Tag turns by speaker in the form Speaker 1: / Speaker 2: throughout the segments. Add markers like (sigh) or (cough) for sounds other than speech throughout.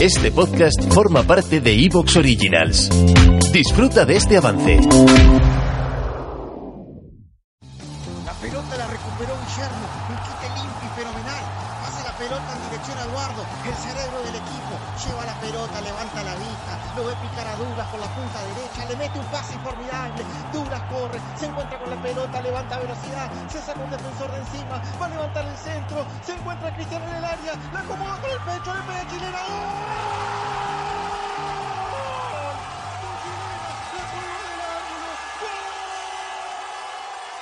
Speaker 1: Este podcast forma parte de Evox Originals. Disfruta de este avance.
Speaker 2: La pelota la recuperó Guillermo. Un quite limpio y fenomenal. Pasa la pelota en dirección a Eduardo, el cerebro del equipo. Lleva la pelota, levanta la vista. Lo ve picar a Duras por la punta derecha. Le mete un pase formidable. Duras corre, se encuentra con la pelota, levanta velocidad. Se saca un defensor de encima. Va a levantar el centro. Se encuentra Cristiano en el área. La acomoda con el pecho. Le pega Chilena.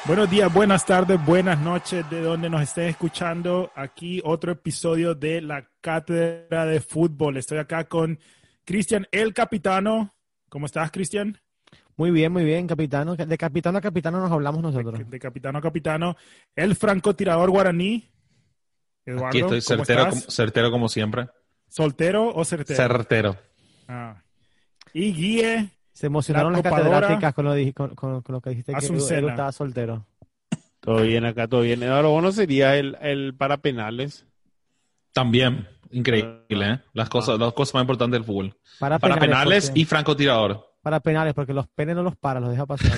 Speaker 3: Buenos días, buenas tardes, buenas noches, de donde nos estén escuchando. Aquí otro episodio de la Cátedra de Fútbol. Estoy acá con Cristian, el capitano. ¿Cómo estás, Cristian?
Speaker 4: Muy bien, muy bien, capitano. De capitano a capitano nos hablamos nosotros.
Speaker 3: De capitano a capitano. El francotirador guaraní. Eduardo,
Speaker 5: Aquí estoy
Speaker 3: ¿cómo
Speaker 5: certero,
Speaker 3: estás?
Speaker 5: como, certero como siempre.
Speaker 3: ¿Soltero o certero?
Speaker 5: Certero.
Speaker 3: Ah. Y Guille,
Speaker 4: Se emocionaron
Speaker 3: La
Speaker 4: las
Speaker 3: copadora.
Speaker 4: catedráticas con lo, di- con, con- con lo que dijiste que
Speaker 3: Haz un
Speaker 4: Edu- Edu
Speaker 3: cena.
Speaker 4: estaba soltero.
Speaker 6: Todo bien acá, todo bien. Eduardo Bono sería el, el para penales.
Speaker 5: También. Increíble,
Speaker 3: Ah.
Speaker 5: ¿eh? Las cosas, las cosas más importantes del fútbol.
Speaker 4: Para,
Speaker 5: Para
Speaker 4: penales,
Speaker 5: penales
Speaker 4: porque-
Speaker 5: y francotirador.
Speaker 4: Para penales, porque los penes no los para, los deja
Speaker 3: (laughs)
Speaker 4: pasar.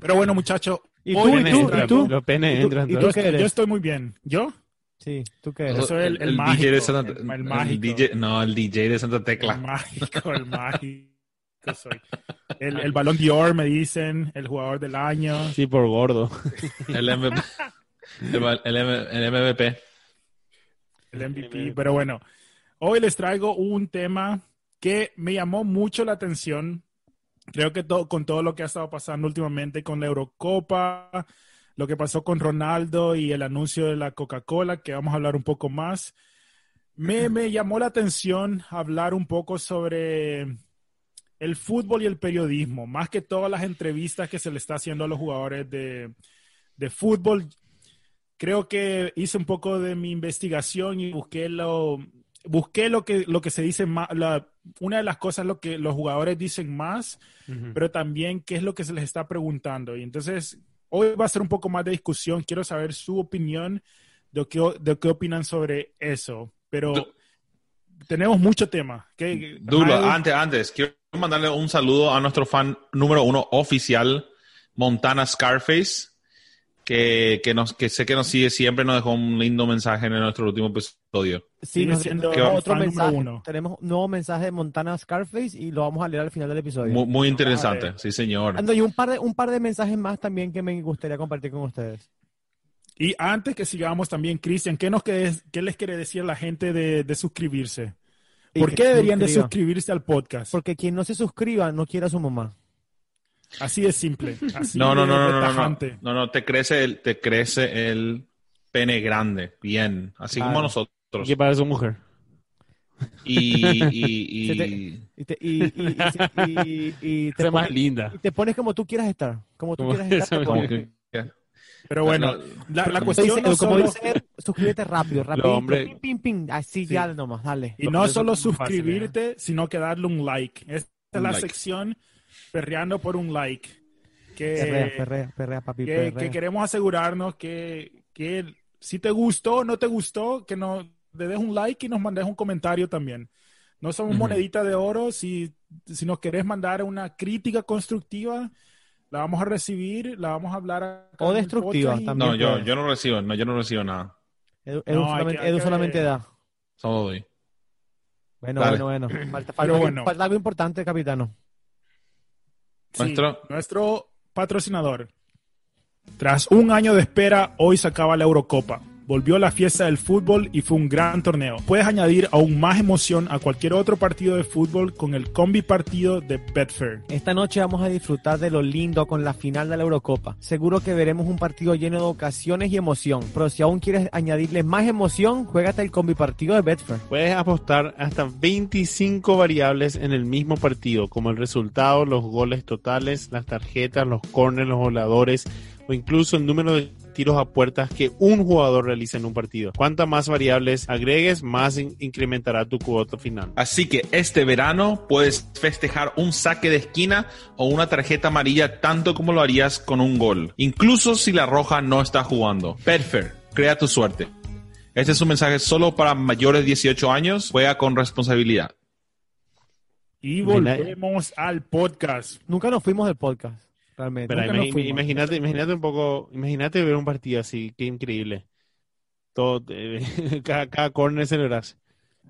Speaker 3: pero bueno, muchacho.
Speaker 4: ¿Y
Speaker 3: hoy
Speaker 4: tú, y
Speaker 6: Penes
Speaker 3: nos
Speaker 4: tú,
Speaker 3: trae-
Speaker 4: y tú?
Speaker 6: Los penes entran.
Speaker 4: y tú
Speaker 3: Yo,
Speaker 6: todos.
Speaker 4: qué
Speaker 3: estoy,
Speaker 4: eres?
Speaker 3: yo estoy muy bien. ¿Yo?
Speaker 4: Sí, ¿tú qué
Speaker 3: Yo
Speaker 4: eres?
Speaker 3: soy el- el
Speaker 5: DJ de
Speaker 3: mágico,
Speaker 5: Santa,
Speaker 3: el- el mágico.
Speaker 5: DJ no, el DJ de Santa Tecla.
Speaker 3: El mágico, el mágico soy. El, el balón Dior, me dicen, el jugador del año.
Speaker 6: Sí, por gordo.
Speaker 5: El, MVP, el, el- el MVP.
Speaker 3: el MVP. Pero bueno, hoy les traigo un tema que me llamó mucho la atención. Creo que to- con todo lo que ha estado pasando últimamente con la Eurocopa, lo que pasó con Ronaldo y el anuncio de la Coca-Cola, que vamos a hablar un poco más. Me, me llamó la atención hablar un poco sobre el fútbol y el periodismo, más que todas las entrevistas que se le está haciendo a los jugadores de, de fútbol creo que hice un poco de mi investigación y busqué lo busqué lo que lo que se dice más la- una de las cosas lo que los jugadores dicen más pero también qué es lo que se les está preguntando y entonces hoy va a ser un poco más de discusión quiero saber su opinión de qué o- de qué opinan sobre eso pero
Speaker 5: Du-
Speaker 3: tenemos mucho tema que
Speaker 5: Dulo, antes, antes, quiero mandarle un saludo a nuestro fan número uno oficial, Montana Scarface, que, que, nos, que sé que nos sigue siempre, nos dejó un lindo mensaje en nuestro último episodio.
Speaker 4: Sí,
Speaker 3: sigue
Speaker 4: nos-
Speaker 3: siendo
Speaker 4: tenemos
Speaker 3: el
Speaker 4: otro
Speaker 3: fan número
Speaker 4: mensaje.
Speaker 3: uno.
Speaker 4: Tenemos un nuevo mensaje de Montana Scarface y lo vamos a leer al final del episodio.
Speaker 5: Muy, muy interesante,
Speaker 3: Vale.
Speaker 5: sí señor.
Speaker 4: Ando, y un par, de, un par de mensajes más también que me gustaría compartir con ustedes.
Speaker 3: y antes que sigamos también Cristian qué nos querés- qué les quiere decir a la gente de, de suscribirse
Speaker 4: Y
Speaker 3: ¿Por
Speaker 4: que
Speaker 3: qué
Speaker 4: se
Speaker 3: deberían de
Speaker 4: suscriban.
Speaker 3: suscribirse al podcast?
Speaker 4: Porque quien no se suscriba no quiere a su mamá.
Speaker 3: Así de simple. Así
Speaker 5: No, no,
Speaker 3: de-
Speaker 5: no,
Speaker 3: de
Speaker 5: no, no, no,
Speaker 3: tajante.
Speaker 5: no, no, te crece el, te crece el pene grande, bien, así
Speaker 4: Claro.
Speaker 5: como nosotros.
Speaker 6: ¿Qué para su mujer?
Speaker 5: Y, y,
Speaker 4: Se
Speaker 5: y-
Speaker 4: Y te, y, y- y- y- y- y te
Speaker 6: Esa es más
Speaker 4: pone-
Speaker 6: linda.
Speaker 4: y te pones como tú quieras estar. Como tú
Speaker 6: Como-
Speaker 4: quieras estar. te
Speaker 6: eso
Speaker 5: como
Speaker 4: pones.
Speaker 6: mismo.
Speaker 5: que-
Speaker 3: Pero bueno, la, la
Speaker 5: Como
Speaker 4: Te
Speaker 3: cuestión
Speaker 4: dicen,
Speaker 3: no
Speaker 4: como
Speaker 3: solo,
Speaker 4: dice Ed, suscríbete rápido, rápido.
Speaker 6: hombre-
Speaker 4: Pim, pim, pim. Así
Speaker 3: Sí.
Speaker 4: ya nomás, dale.
Speaker 3: y
Speaker 6: lo
Speaker 3: no
Speaker 6: pones
Speaker 3: solo
Speaker 6: como fácil,
Speaker 3: suscribirte, sino que darle un like. Esta es
Speaker 5: ¿eh? Un
Speaker 3: la
Speaker 5: like.
Speaker 3: sección perreando por un like.
Speaker 4: Perrea,
Speaker 3: Que,
Speaker 4: perrea, perrea, papi,
Speaker 3: que,
Speaker 4: perrea.
Speaker 3: que queremos asegurarnos que, que si te gustó o no te gustó, que nos le des un like y nos mandes un comentario también. No somos
Speaker 5: Ujú.
Speaker 3: monedita de oro. Si, si nos querés mandar una crítica constructiva, la vamos a recibir, la vamos a hablar. acá
Speaker 4: O
Speaker 3: en el
Speaker 4: destructiva,
Speaker 3: podcast y-
Speaker 4: también.
Speaker 5: no, yo,
Speaker 4: puedes.
Speaker 5: yo no recibo, no, yo no recibo nada.
Speaker 4: Edu, Edu
Speaker 3: No, hay
Speaker 4: solamente,
Speaker 3: que- hay
Speaker 4: Edu
Speaker 3: que-
Speaker 4: solamente da.
Speaker 5: Solo doy.
Speaker 4: Bueno,
Speaker 5: Dale.
Speaker 4: bueno,
Speaker 3: (clears throat)
Speaker 4: bueno. Falta,
Speaker 3: Pero
Speaker 4: falta-
Speaker 3: bueno.
Speaker 4: falta algo importante, capitano.
Speaker 3: Sí,
Speaker 5: Nuestro-
Speaker 3: nuestro patrocinador. Tras un año de espera, hoy se acaba la Eurocopa. Volvió la fiesta del fútbol y fue un gran torneo. Puedes añadir aún más emoción a cualquier otro partido de fútbol con el combi partido de Betfair.
Speaker 4: Esta noche vamos a disfrutar de lo lindo con la final de la Eurocopa. Seguro que veremos un partido lleno de ocasiones y emoción. Pero si aún quieres añadirle más emoción, juégate el combi partido de Betfair.
Speaker 6: Puedes apostar hasta 25 variables en el mismo partido, como el resultado, los goles totales, las tarjetas, los corners, los voladores o incluso el número de tiros a puertas que un jugador realiza en un partido. Cuanta más variables agregues, más in- incrementará tu cuota final.
Speaker 5: Así que este verano puedes festejar un saque de esquina o una tarjeta amarilla tanto como lo harías con un gol, incluso si la roja no está jugando. Betfair, crea tu suerte. Este es un mensaje solo para mayores de 18 años. Juega con responsabilidad.
Speaker 3: Y volvemos al podcast.
Speaker 4: Nunca nos fuimos del podcast, realmente.
Speaker 6: Pero
Speaker 4: Nunca
Speaker 6: ima-
Speaker 4: nos fuimos.
Speaker 6: imagínate, imagínate un poco, imagínate ver un partido así, qué increíble. Todo, eh, (laughs) cada, cada corner celebrarse.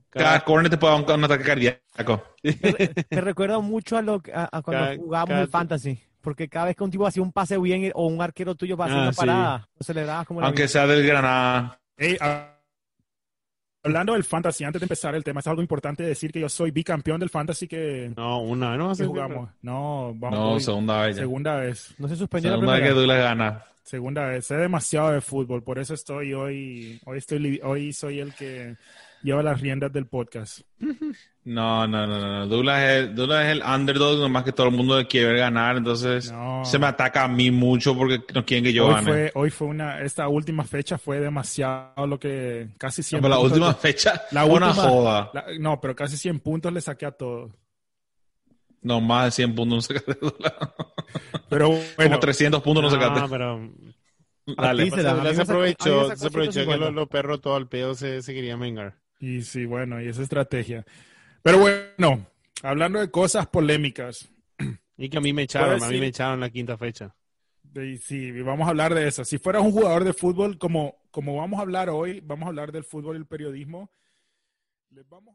Speaker 5: Cada corner te puede dar un, un ataque cardíaco.
Speaker 4: Me recuerda mucho a, lo, que- a, a cuando
Speaker 6: Cada-
Speaker 4: jugábamos
Speaker 6: cada-
Speaker 4: el fantasy. Porque cada vez que un tipo hacía un pase bien eh, o un arquero tuyo para hacer
Speaker 6: Ah,
Speaker 4: una
Speaker 6: sí.
Speaker 4: parada, lo celebrabas como la
Speaker 5: Aunque
Speaker 4: vida.
Speaker 5: sea del Granada.
Speaker 3: Hey, ah, hablando del fantasy, antes de empezar el tema, es algo importante decir que yo soy bicampeón del fantasy que,
Speaker 6: No, una vez no
Speaker 3: que
Speaker 6: hace
Speaker 3: jugamos. No, vamos
Speaker 5: No,
Speaker 3: hoy.
Speaker 5: segunda vez. ya.
Speaker 3: segunda vez.
Speaker 4: No se suspendió la
Speaker 5: Segunda vez que
Speaker 4: primera.
Speaker 5: Douglas gana.
Speaker 3: Segunda vez. Sé demasiado de fútbol, por eso estoy hoy. Hoy, estoy, li- hoy soy el que lleva las riendas del podcast.
Speaker 5: No, no, no, no. no. Douglas es, Douglas es el underdog, nomás que todo el mundo quiere ganar. Entonces
Speaker 3: No.
Speaker 5: se me ataca a mí mucho porque no quieren que yo
Speaker 3: hoy
Speaker 5: gane.
Speaker 3: fue, hoy fue una, esta última fecha fue demasiado lo que casi
Speaker 5: No,
Speaker 3: 100
Speaker 5: pero la
Speaker 3: puntos-
Speaker 5: última fecha,
Speaker 3: La
Speaker 5: fue una
Speaker 3: última-
Speaker 5: joda.
Speaker 3: la- no, pero casi 100 puntos le saqué a todos.
Speaker 5: No, más de 100 puntos no (laughs) sacaste. Douglas.
Speaker 3: Pero
Speaker 5: Como
Speaker 3: bueno, Ah,
Speaker 5: 300 puntos no sacaste.
Speaker 6: No, pero
Speaker 5: Dale.
Speaker 4: ti se las- a mí me sacó- a
Speaker 6: se
Speaker 4: mí me
Speaker 6: aprovechó,
Speaker 4: sacó
Speaker 6: se aprovechó que
Speaker 4: 150.
Speaker 6: los, los perros todo al pedo se, se querían vengar.
Speaker 3: y sí, bueno, y esa estrategia. Pero bueno, hablando de cosas polémicas,
Speaker 6: Y que a mí me echaron,
Speaker 4: Pues
Speaker 3: Puedo
Speaker 6: a mí me
Speaker 3: decir-
Speaker 6: echaron la quinta fecha.
Speaker 3: y sí, y vamos a hablar de eso. Si fueras un jugador de fútbol, como, como vamos a hablar hoy, vamos a hablar del fútbol y el periodismo. Les vamos